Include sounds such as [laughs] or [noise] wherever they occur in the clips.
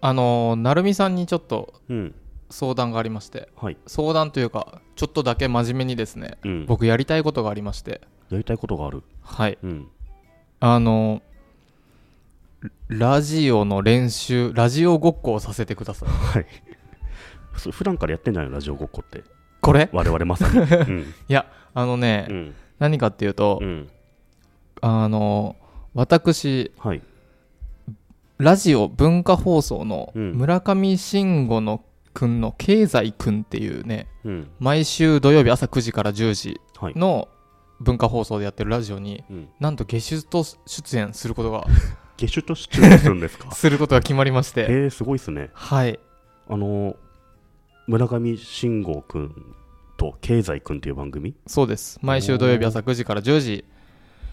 あのなるみさんにちょっとうん相談がありましてはい、相談というかちょっとだけ真面目にですねうん、僕やりたいことがありましてやりたいことがあるはいうんあのラジオの練習ラジオごっこをさせてくださいはいふ普段からやってんじゃないのラジオごっこってこれ我々まさに [laughs] うんいやあのね、うん何かっていうと、うんあの私はいラジオ文化放送のうん村上信五のくんの経済くんっていうねうん毎週土曜日朝9時から10時はいの文化放送でやってるラジオにうんなんと月出と出演することが下手と出演す [laughs] るんですかすることが決まりましえてー、すごいっすねはいあのー村上信五君と経済君っていう番組そうです毎週土曜日朝9時から10時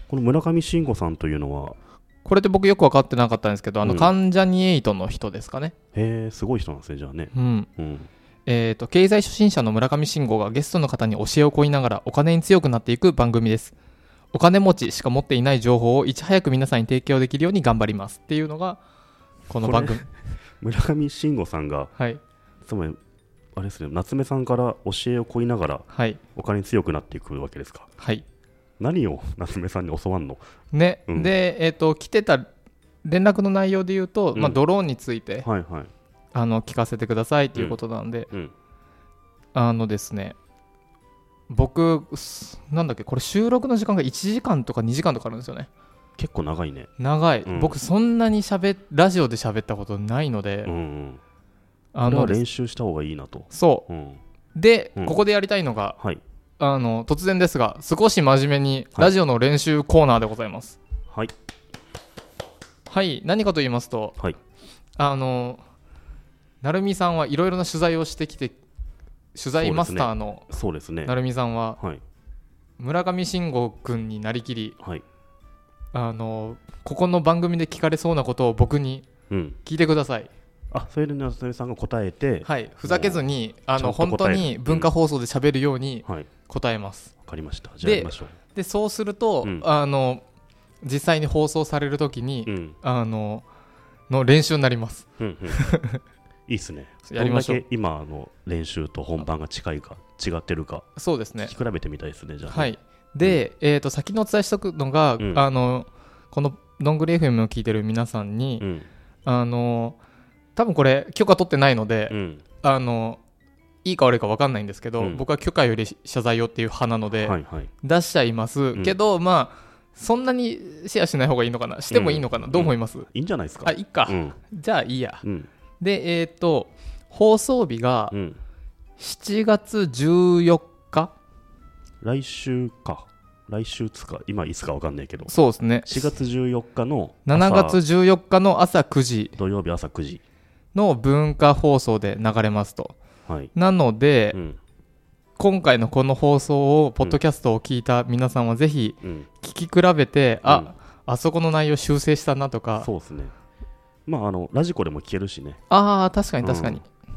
この村上信五さんというのはこれって僕よく分かってなかったんですけどあのうん関ジャニエイトの人ですかねへえすごい人なんですねじゃあねうんうんえー、と経済初心者の村上信五がゲストの方に教えを請いながらお金に強くなっていく番組ですお金持ちしか持っていない情報をいち早く皆さんに提供できるように頑張りますっていうのがこの番組村上信五さんがはいつまりあれですね夏目さんから教えを請いながらはいお金に強くなっていくわけですかはい何を夏目さんに教わんのね、うんでえっ、と来てた連絡の内容で言うと、うんまあ、ドローンについてはいはいあの聞かせてくださいっていうことなんで、うんあのですね僕すなんだっけこれ収録の時間が1時間とか2時間とかあるんですよね結構長いね長い、うん僕そんなに喋っラジオで喋ったことないので、うんうんあこれはの練習した方がいいなとそうんうで、うんここでやりたいのがはいあの突然ですが少し真面目にはいラジオの練習コーナーでございますはいはい、何かと言いますと、はいあの成美さんはいろいろな取材をしてきて取材マスターのそうですね成美さんははい村上信五君になりきりはいあのここの番組で聞かれそうなことを僕にうん聞いてくださいあそれで夏目さんが答えてはい、ふざけずにあのちゃん本と当答えるに文化放送で喋るようにはい答えます、わかりましたじゃあでやりましょうでそうすると、うんあの実際に放送される時に、うんあのの練習になりますうんうん [laughs] いいっすねやりましょうどんだけ今の練習と本番が近いか違ってるかそうですね聞き比べてみたいですねじゃあねはいで、えー、と先にお伝えしておくのが、うんあのこのどんぐり FM を聞いてる皆さんに、うんあの多分これ許可取ってないので、うんあのいいか悪いか分かんないんですけど、うん僕は許可より謝罪をっていう派なので、はいはい出しちゃいます、んけどまあそんなにシェアしない方がいいのかなしてもいいのかな、うんどう思います、いいんじゃないですかあいいか、うんじゃあいいやうんでえっ、と放送日がうん7月14日来週か来週つか今いつかわかんな [laughs] いけどそうですね4月14日の朝7月14日の朝9時土曜日朝9時の文化放送で流れますとはい、なので、うん今回のこの放送をポッドキャストを聞いた皆さんはぜひうん、聞き比べて、あ、うんあそこの内容修正したなとかそうですねまああのラジコでも聞けるしねああ確かに確かに、うん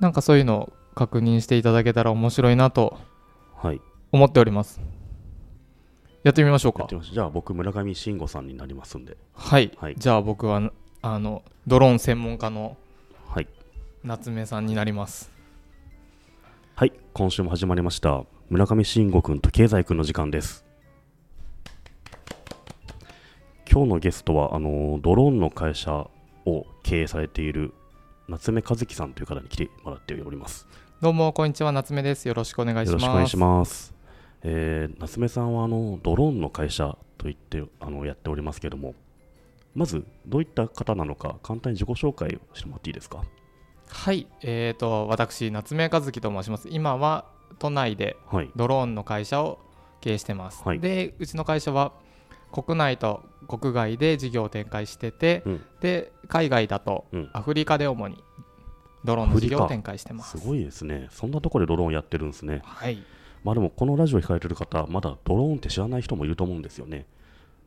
なんかそういうのを確認していただけたら面白いなとはい思っておりますやってみましょうやかってましたじゃあ僕村上信五さんになりますんではい、はいじゃあ僕はあのドローン専門家のはい、夏目さんになりますはい、今週も始まりました村上信五君と経済君の時間です今日のゲストはあのドローンの会社を経営されている夏目和樹さんという方に来てもらっておりますどうもこんにちは夏目ですよろしくお願いしよまろすしくお願いします。えー夏目さんはあのドローンの会社といってあのやっておりますけども、まずどういった方なのか簡単に自己紹介をしてもらっていいですか。はいえー、と私夏目和樹と申します今は都内ではい。ドローンの会社を経営してます、はいでうちの会社は国内と国外で事業を展開してて、うんで海外だとうんアフリカで主にドローンの事業を展開してますすごいですね。そんなところでドローンやってるんですね。はいまあでもこのラジオを聞かれてる方、まだドローンって知らない人もいると思うんですよね。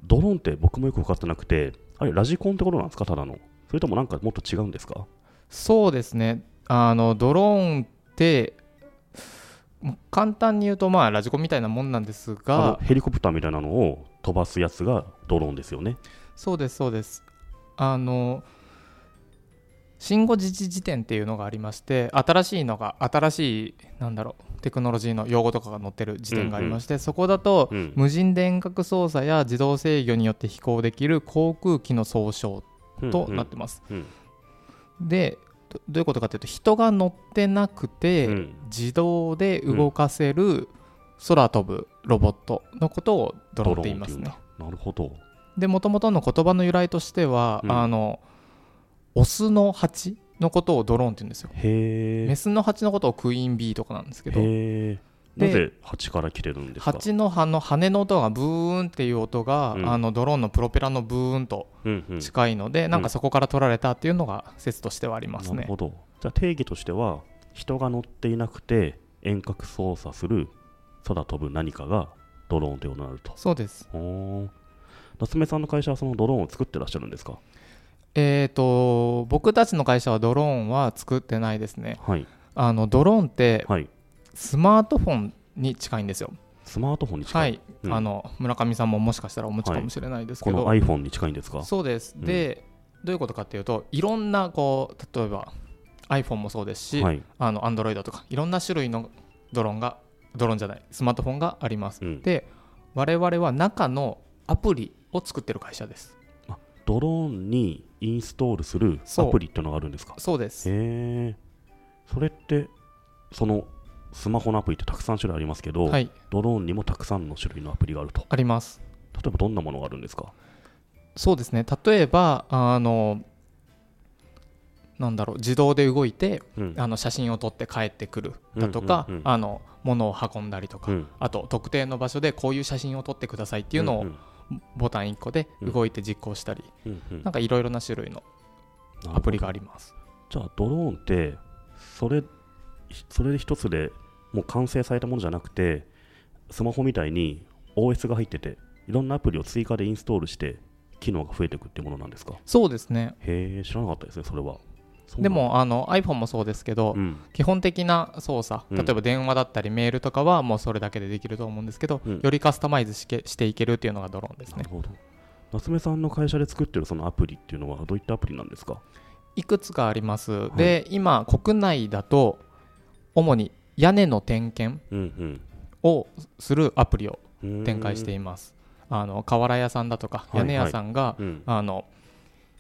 ドローンって僕もよく分かってなくて、あれラジコンってことなんですかただの。それともなんかもっと違うんですか。そうですねあのドローンって簡単に言うとまあラジコンみたいなもんなんですあがのヘリコプターみたいなのを飛ばすやつがドローンですよね。そうですそうですあの新語自治辞典っていうのがありまして新しいのが新しいなんだろうテクノロジーの用語とかが載ってる辞典がありまして、そこだと、うん無人電格操作や自動制御によって飛行できる航空機の総称となってます、うんうんでどどういうことかというと人が乗ってなくて、うん自動で動かせる空飛ぶロボットのことをドローンって言いますドロねーンって言うんだなるほど。でもともとの言葉の由来としては、うんあのオスの蜂のことをドローンって言うんですよへメえ。スの蜂のことをクイーンビーとかなんですけどへえ。でなぜ蜂から切れるんですか。蜂の羽の羽の音がブーンっていう音が、うんあのドローンのプロペラのブーンとうんうん。近いので、なんかそこから取られたっていうのが説としてはありますなるね。ほど。じゃあ定義としては人が乗っていなくて遠隔操作する空飛ぶ何かがドローンということになると。そうです。おー夏目さんの会社はそのドローンを作ってらっしゃるんですかえっ、と僕たちの会社はドローンは作ってないですね。はい、あのドローンってはい、スマートフォンに近いんですよ。スマートフォンに近、はいい、うんあの村上さんももしかしたらお持ちかもしれないですけこど、の iPhone に近いんですかそうです。うんで、どういうことかっていうと、いろんなこう例えば iPhone もそうですし、はい、あの Android とかいろんな種類のドローンがドローンじゃないスマートフォンがあります。うんで我々は中のアプリを作ってる会社ですドローンにインストールするそアうプリっていうのがあるんですかそうですへえそれってそのスマホのアプリってたくさん種類ありますけど、はいドローンにもたくさんの種類のアプリがあるとあります例えばどんなものがあるんですかそうですね例えばあのなんだろう自動で動いてうんあの写真を撮って帰ってくるだとか、うんうんうんあの物を運んだりとか、うんあと特定の場所でこういう写真を撮ってくださいっていうのうをんボタン1個でうん動いて実行したり、うんうんなんかいろいろな種類のなるほどアプリがありますじゃあドローンってそれそれ一つでもう完成されたものじゃなくてスマホみたいに OS が入ってていろんなアプリを追加でインストールして機能が増えていくっていうものなんですかそうですねへえ知らなかったですねそれはそうでなんだもあの iPhone もそうですけど、うん基本的な操作うん例えば電話だったりメールとかはもうそれだけでできると思うんですけど、うんよりカスタマイズしけしていけるっていうのがドローンですなねるほど夏目さんの会社で作ってるそのアプリっていうのはどういったアプリなんですかいくつかあります、いで今国内だと主に屋根の点検うんをするアプリをうん展開していますあの瓦屋さんだとかい屋根屋さんが、うんあの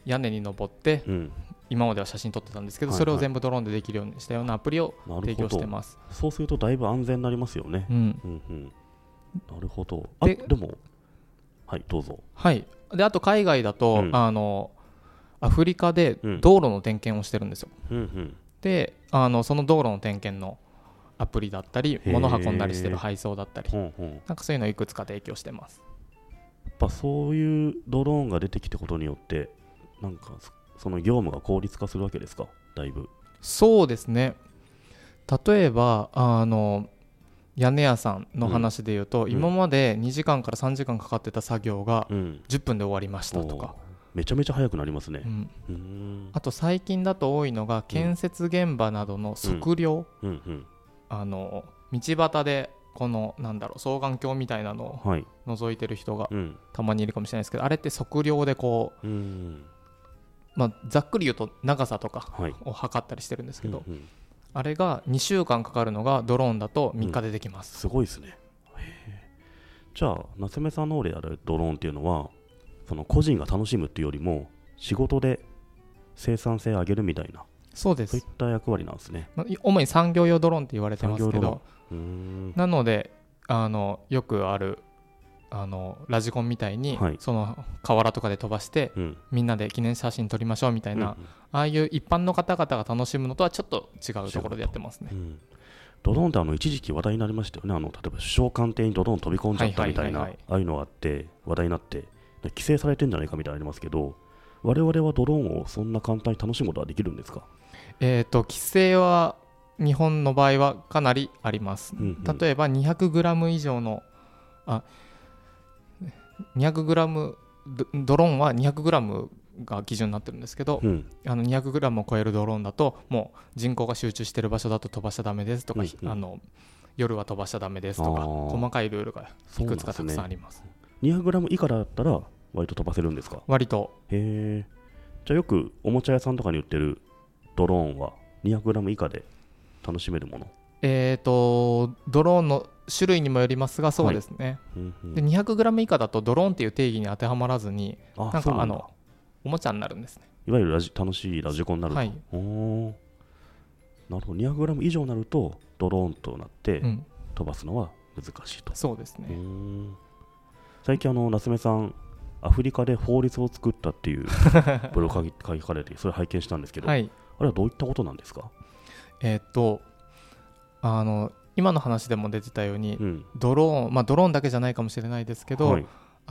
屋根に登ってうん今までは写真撮ってたんですけど、はいはいそれを全部ドローンでできるようにしたようなアプリをなる提ほ供してどます、そうするとだいぶ安全になりますよねうん、うんうんなるほどあででもはいどうぞはい、であと海外だと、うんあのアフリカでうん道路の点検をしてるんですよ、うんうんであのその道路の点検のアプリだったりへー物運んだりしてる配送だったりうんうん、やなんかそういうのをいくつか提供してますっぱそういうドローンが出てきたことによってなんかそその業務が効率化するわけですかだいぶそうですね例えばあの屋根屋さんの話で言うと、ん今まで2時間から3時間かかってた作業がうん10分で終わりましたとか、めちゃめちゃ早くなりますねうん、うーんあと最近だと多いのが建設現場などの測量、うんうんあの道端でこのなんだろう双眼鏡みたいなのをはい覗いてる人がうんたまにいるかもしれないですけどあれって測量でこうんう、まあ、ざっくり言うと長さとかはいを測ったりしてるんですけど、うんうんあれが2週間かかるのがドローンだと3日でできます、すごいですねへえじゃあ夏目さんの方でやるドローンっていうのはその個人が楽しむっていうよりも仕事で生産性上げるみたいなそうでそういすっ、た役割なんですねまあ、主に産業用ドローンって言われてますけ産業ドロどうーんなのであのよくあるあのラジコンみたいに、はいその河原とかで飛ばしてうんみんなで記念写真撮りましょうみたいな、うんああいう一般の方々が楽しむのとはちょっと違うところでやってますねうんドローンってあの一時期話題になりましたよね、あの例えば首相官邸にドローン飛び込んじゃったみたいな、はいはいはいあはいあいうのがあって、話題になって、規制されてんじゃないかみたいなのありますけど、我々はドローンをそんな簡単に楽しむことはできるんですか、えー、と規制は日本の場合はかなりあります、うんうん例えば 200g 以上のあ 200g ドドローンは 200g が基準になってるんですけど、うん、あの 200g を超えるドローンだともう人口が集中してる場所だと飛ばしちゃダメですとか、うんうんあの夜は飛ばしちゃダメですとかあー細かいルールがいくつかたくさんありります200グラム以下だったら、割と飛ばせるんですか、割とへえ、じゃあよくおもちゃ屋さんとかに売ってるドローンは 200g 以下で楽しめるもの、えっ、とドローンの種類にもよりますがそうですね、うんうんで 200g 以下だとドローンっていう定義に当てはまらずにあなんそうかあだのおもちゃになるんですねいわゆるラジ楽しいラジコンになると、はいおーなるほど 200g 以上になるとドローンとなってうん飛ばすのは難しいと、そうですうーねん最近あの夏目さんアフリカで法律を作ったって [laughs] いうブログを書き書かれてそれ拝見したんですけど、はいあれはどういったことなんですか、えーっとあの今の話でも出てたように、うんドローン、まあ、ドローンだけじゃないかもしれないですけど、はい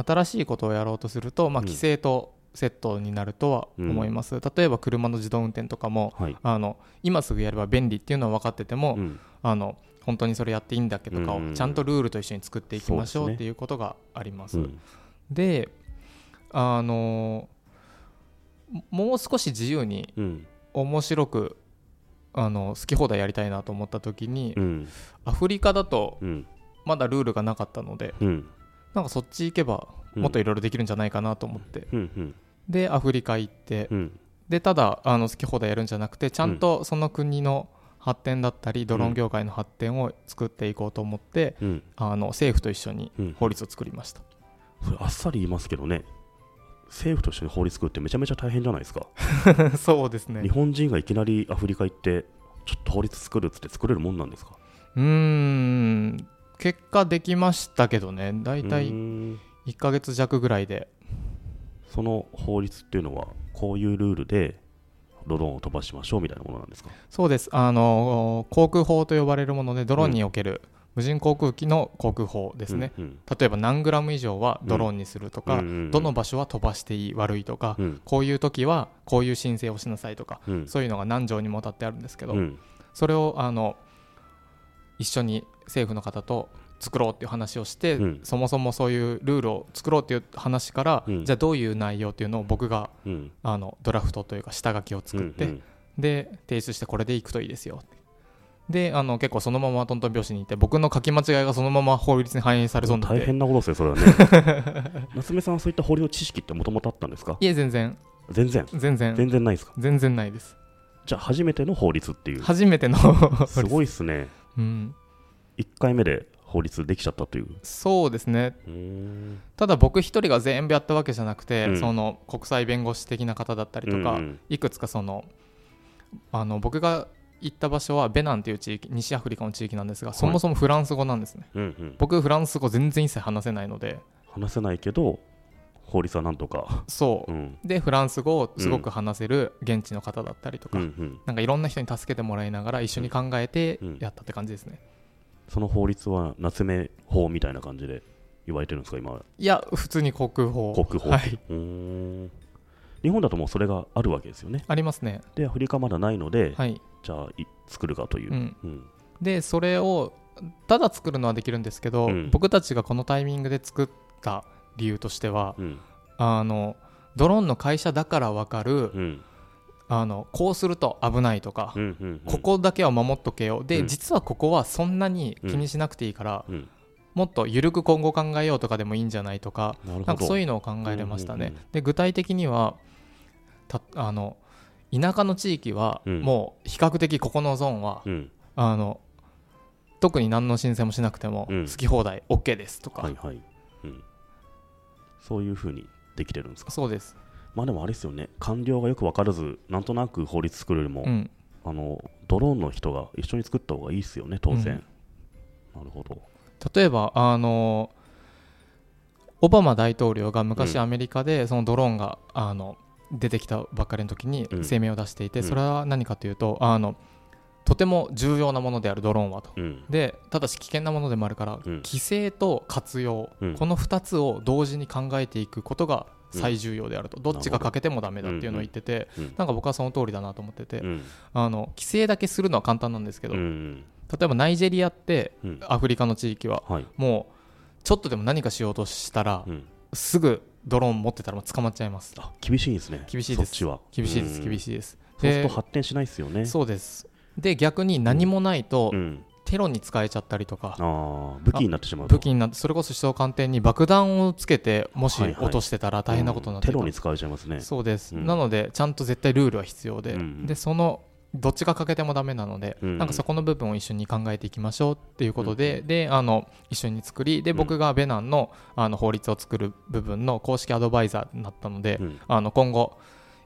新しいことをやろうとすると、まあ、うん規制とセットになるとは思います、例えば車の自動運転とかもはいあの今すぐやれば便利っていうのは分かってても、うんあの本当にそれやっていいんだっけとかうんをちゃんとルールと一緒に作っていきましょそううですねっていうことがあります。うんであのももう少し自由にうん面白くあの好き放題やりたいなと思った時に、うんアフリカだとうんまだルールがなかったのでうんなんかそっち行けばもっといろいろできるんじゃないかなと思って、うんうんでアフリカ行ってうんでただあの好き放題やるんじゃなくてちゃんとその国の発展だったりドローン業界の発展を作っていこうと思って、うんあの政府と一緒にうん法律を作りま [laughs] した、それあっさり言いますけどね政府として法律作るってめちゃめちゃ大変じゃないですかそうですね日本人がいきなりアフリカ行ってちょっと法律作るっつって作れるもんなんですかうーん結果できましたけどね大うー体ん1ヶ月弱ぐらいでその法律っていうのはこういうルールでドローンを飛ばしましょうみたいなものなんですかそうですあの航空法と呼ばれるものでドローンにおける無人航空機の航空法ですね、うん例えば何グラム以上はドローンにするとか、うんうんうんどの場所は飛ばしていい悪いとか、うんこういう時はこういう申請をしなさいとか、うんそういうのが何条にもわたってあるんですけど、うんそれをあの一緒に政府の方と作ろうっていう話をして、うんそもそもそういうルールを作ろうっていう話から、うんじゃあどういう内容っていうのを僕がうんあのドラフトというか下書きを作って、うんうんで提出してこれでいくといいですよってであの結構そのままトントン拍子にいって僕の書き間違いがそのまま法律に反映されそうになって大変なことですよそれはね [laughs] 夏目さんはそういった法律の知識ってもともとあったんですかいえ全然全然全然全然ないですか全然ないですじゃあ初めての法律っていう初めてのすごいっすねうん、 1回目で法律できちゃったというそうですねうーんただ僕一人が全部やったわけじゃなくて、うんその国際弁護士的な方だったりとか、うんうんいくつかそのあの僕が行った場所はベナンという地域西アフリカの地域なんですがいそもそもフランス語なんですね、うんうん僕フランス語全然一切話せないので話せないけど法律はなんとか、そうう、んでフランス語をすごく話せる現地の方だったりとうか、んうん、なんかいろんな人に助けてもらいながら一緒に考えてうんやったって感じですね、その法律は夏目法みたいな感じで言われてるんですか今いや普通に国宝国宝はい、うーん日本だともうそれがあるわけですよねありますねでアフリカまだないので、はい、じゃあい作るかという、ううんん、でそれをただ作るのはできるんですけど、うん僕たちがこのタイミングで作った理由としてはうんあのドローンの会社だから分かる、うんあのこうすると危ないとか、うんうんうんここだけは守っとけよで、うん実はここはそんなに気にしなくていいから、うんもっと緩く今後考えようとかでもいいんじゃないとかなるなほんかどそういうのを考えれましたね。うんうんうで具体的にはたあの田舎の地域は、うんもう比較的ここのゾーンは、うんあの特に何の申請もしなくても、うん好き放題 OK ですとか、はいはい、うん、そういうふうにできてるんですかそうです、まあでもあれですよね官僚がよく分からずなんとなく法律作るよりも、うん、あのドローンの人が一緒に作った方がいいですよね当然、なるほど例えばあのオバマ大統領が昔うんアメリカでそのドローンがあの出てきたばっかりの時にうん声明を出していて、うんそれは何かというとあのとても重要なものであるドローンはとうんでただし危険なものでもあるから、うん規制と活用、うんこの2つを同時に考えていくことが最重要であると、どっちが欠けてもダメだっていうのを言ってて、うんなんか僕はその通りだなと思ってて、うんあの規制だけするのは簡単なんですけど、う例んえばナイジェリアってうんアフリカの地域ははいもうちょっとでも何かしようとしたら、うんすぐドローン持ってたらもう捕まっちゃいますあ厳しいんですね厳しいですそっちは厳しいです厳いしいですそうするでと発展しないですよねそうですで逆に何もないとうん、テロに使えちゃったりとか、ああ武器になってしまうと武器になってそれこそ首相官邸に爆弾をつけてもしはいはい落としてたら大変なことになってういんテたロに使われちゃいますねそうです、うんなのでちゃんと絶対ルールは必要で、うんでそのどっちが欠けてもダメなので、うんなんかそこの部分を一緒に考えていきましょうっていうことで、であの一緒に作りでうん僕がベナンのあの法律を作る部分の公式アドバイザーになったので、うんあの今後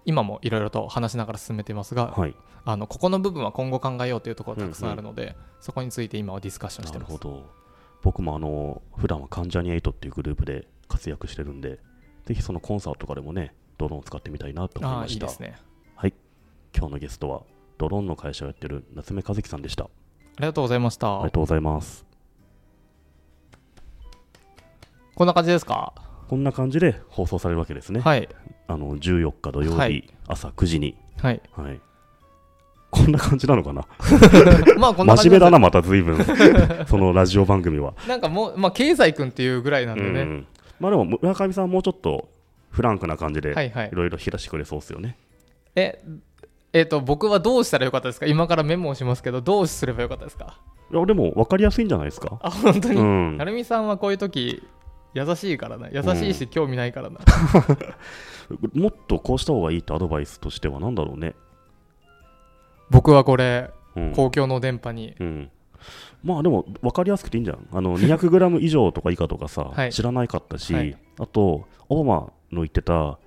今もいろいろと話しながら進めてますが、はい、あのここの部分は今後考えようというところがたくさんあるので、そこについて今はディスカッションしなてるまほす。ど僕もあの普段は関ジャニ8っていうグループで活躍してるんでぜひそのコンサートとかでもねドローンを使ってみたいなと思いああまーいしいたですね。今日のゲストはドローンの会社をやってる夏目和樹さんでしたありがとうございましあたりが。とうございますこんな感じですか。こんな感じで放送されるわけですね、はいあの14日土曜日、はい朝9時に、 [laughs] はい。はい、こんな感じなのかなまあこんな感真じで面目すだなまた随分 [laughs] そのラジオ番組は、なんかもうまあ経済君っていうぐらいなんうでね。ん、まあでも村上さんはもうちょっとフランクな感じで、はいいはい。ろいろ引き出してくれそうですよねえ、えっ、と、僕はどうしたらよかったですか今からメモをしますけど、どうすればよかったですかいやでも分かりやすいんじゃないですかあ、本当うに。んな、るみさんはこういう時優しいからな。優しいし、興味ないからな。もっとこうした方がいいってアドバイスとしては何だろうね、僕はこれ、うん公共の電波に。うん、まあでも分かりやすくていいんじゃんあの 200g 以上とか以下とかさ、はい知らないかったし、はいあとオバマの言ってた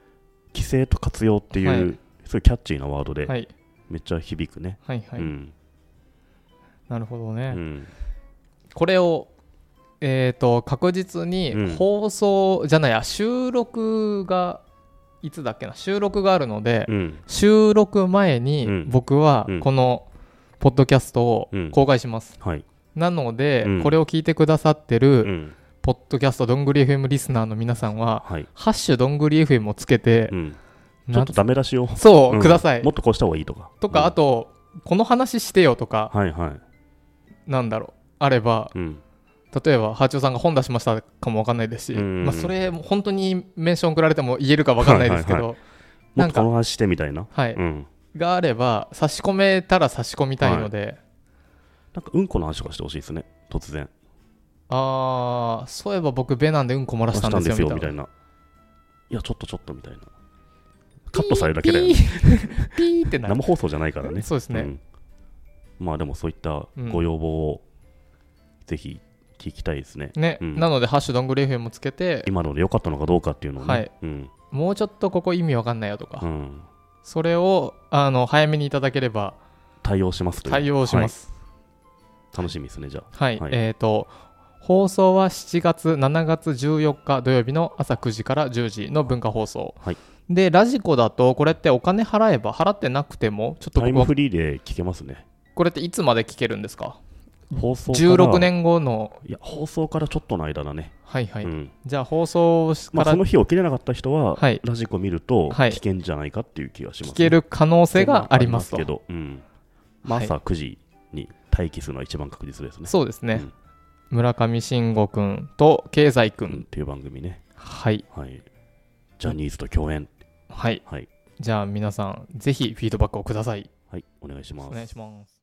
規制と活用っていう、はいすごいキャッチーなワードで、はい。めっちゃ響くね、はいはい。うんなるほどうね。んこれを、えっ、と、確実うにん放送、じゃないや、収録が、いつだっけな、収録があるので、うん収録前うにん僕はうんこのポッドキャストをうん公開します。はい、なので、うんこれを聞いてくださってる、うんポッドキャストどんぐり FM リスナーの皆さんは、はいハッシュどんぐり FM をつけてう、ん、ちょなっとダメ出しをそう、うんくださいも。っとこうした方がいいとかとか、あ、と、この話してよとか、うんはいはい、なんだろう、あれば、うん例えば、波長さんが本出しましたかもわかんないですし、うんまあ、それ、本当にメンション送られても言えるかわかんないですけはいど、もなっんとこかの話してみたいな、はい、うん、があれば、差し込めたら差し込みたいので、なんかうんこの話とかしてほしいですね突然あー、そういえば僕、ベナンでうんこ漏らしたんですよ、みみたたいいな。ないやちょっとちょっとみたいなカットされるだけだよねピーピーってなる生。放送じゃないからねそうですね。うんまあでもそういったご要望をぜひ聞きたいですね、ね、うんなので、ハッシュどんぐり FM もつけて、今ので良かったのかどうかっていうのをね、はいうんもうちょっとここ意味わかんないよとか、うんそれをあの早めにいただければ対応しますという対応しま、す。はい楽しみですねじゃあはい、はいえっ、と、放送は7月、7月14日土曜日の朝9時から10時の文化放送。はいで、ラジコだと、これってお金払えば、払ってなくても、ちょっとタ僕イムはフリーで聞けますねこれっていつまで聞けるんですか放送から ?16年後の、いや放送からちょっとの間だね、はいはい。うんじゃあ、放送まかあ、そらの日起きれなかった人は、はいラジコ見るとはい危険じゃないかっていう気がします、ね聞ける可能性がありますとけ。ど、うんまあはい朝9時に待機するのは一番確実ですね。そうですね。うん村上信五君と経済君、うんっていう番組ね、はいはい、ジャニーズと共演、はい、はいじゃあ皆さんぜひフィードバックをくださいはい、お願いしまおす。願いします